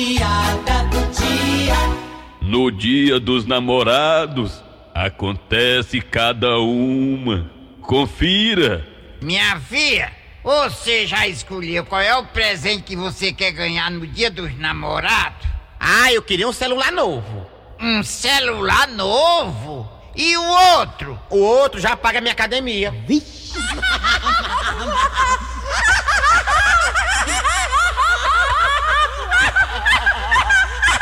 piada do dia. No dia dos namorados, acontece cada uma. Confira! Minha filha, você já escolheu qual é o presente que você quer ganhar no dia dos namorados? Ah, eu queria um celular novo. Um celular novo? E o outro? O outro já paga minha academia.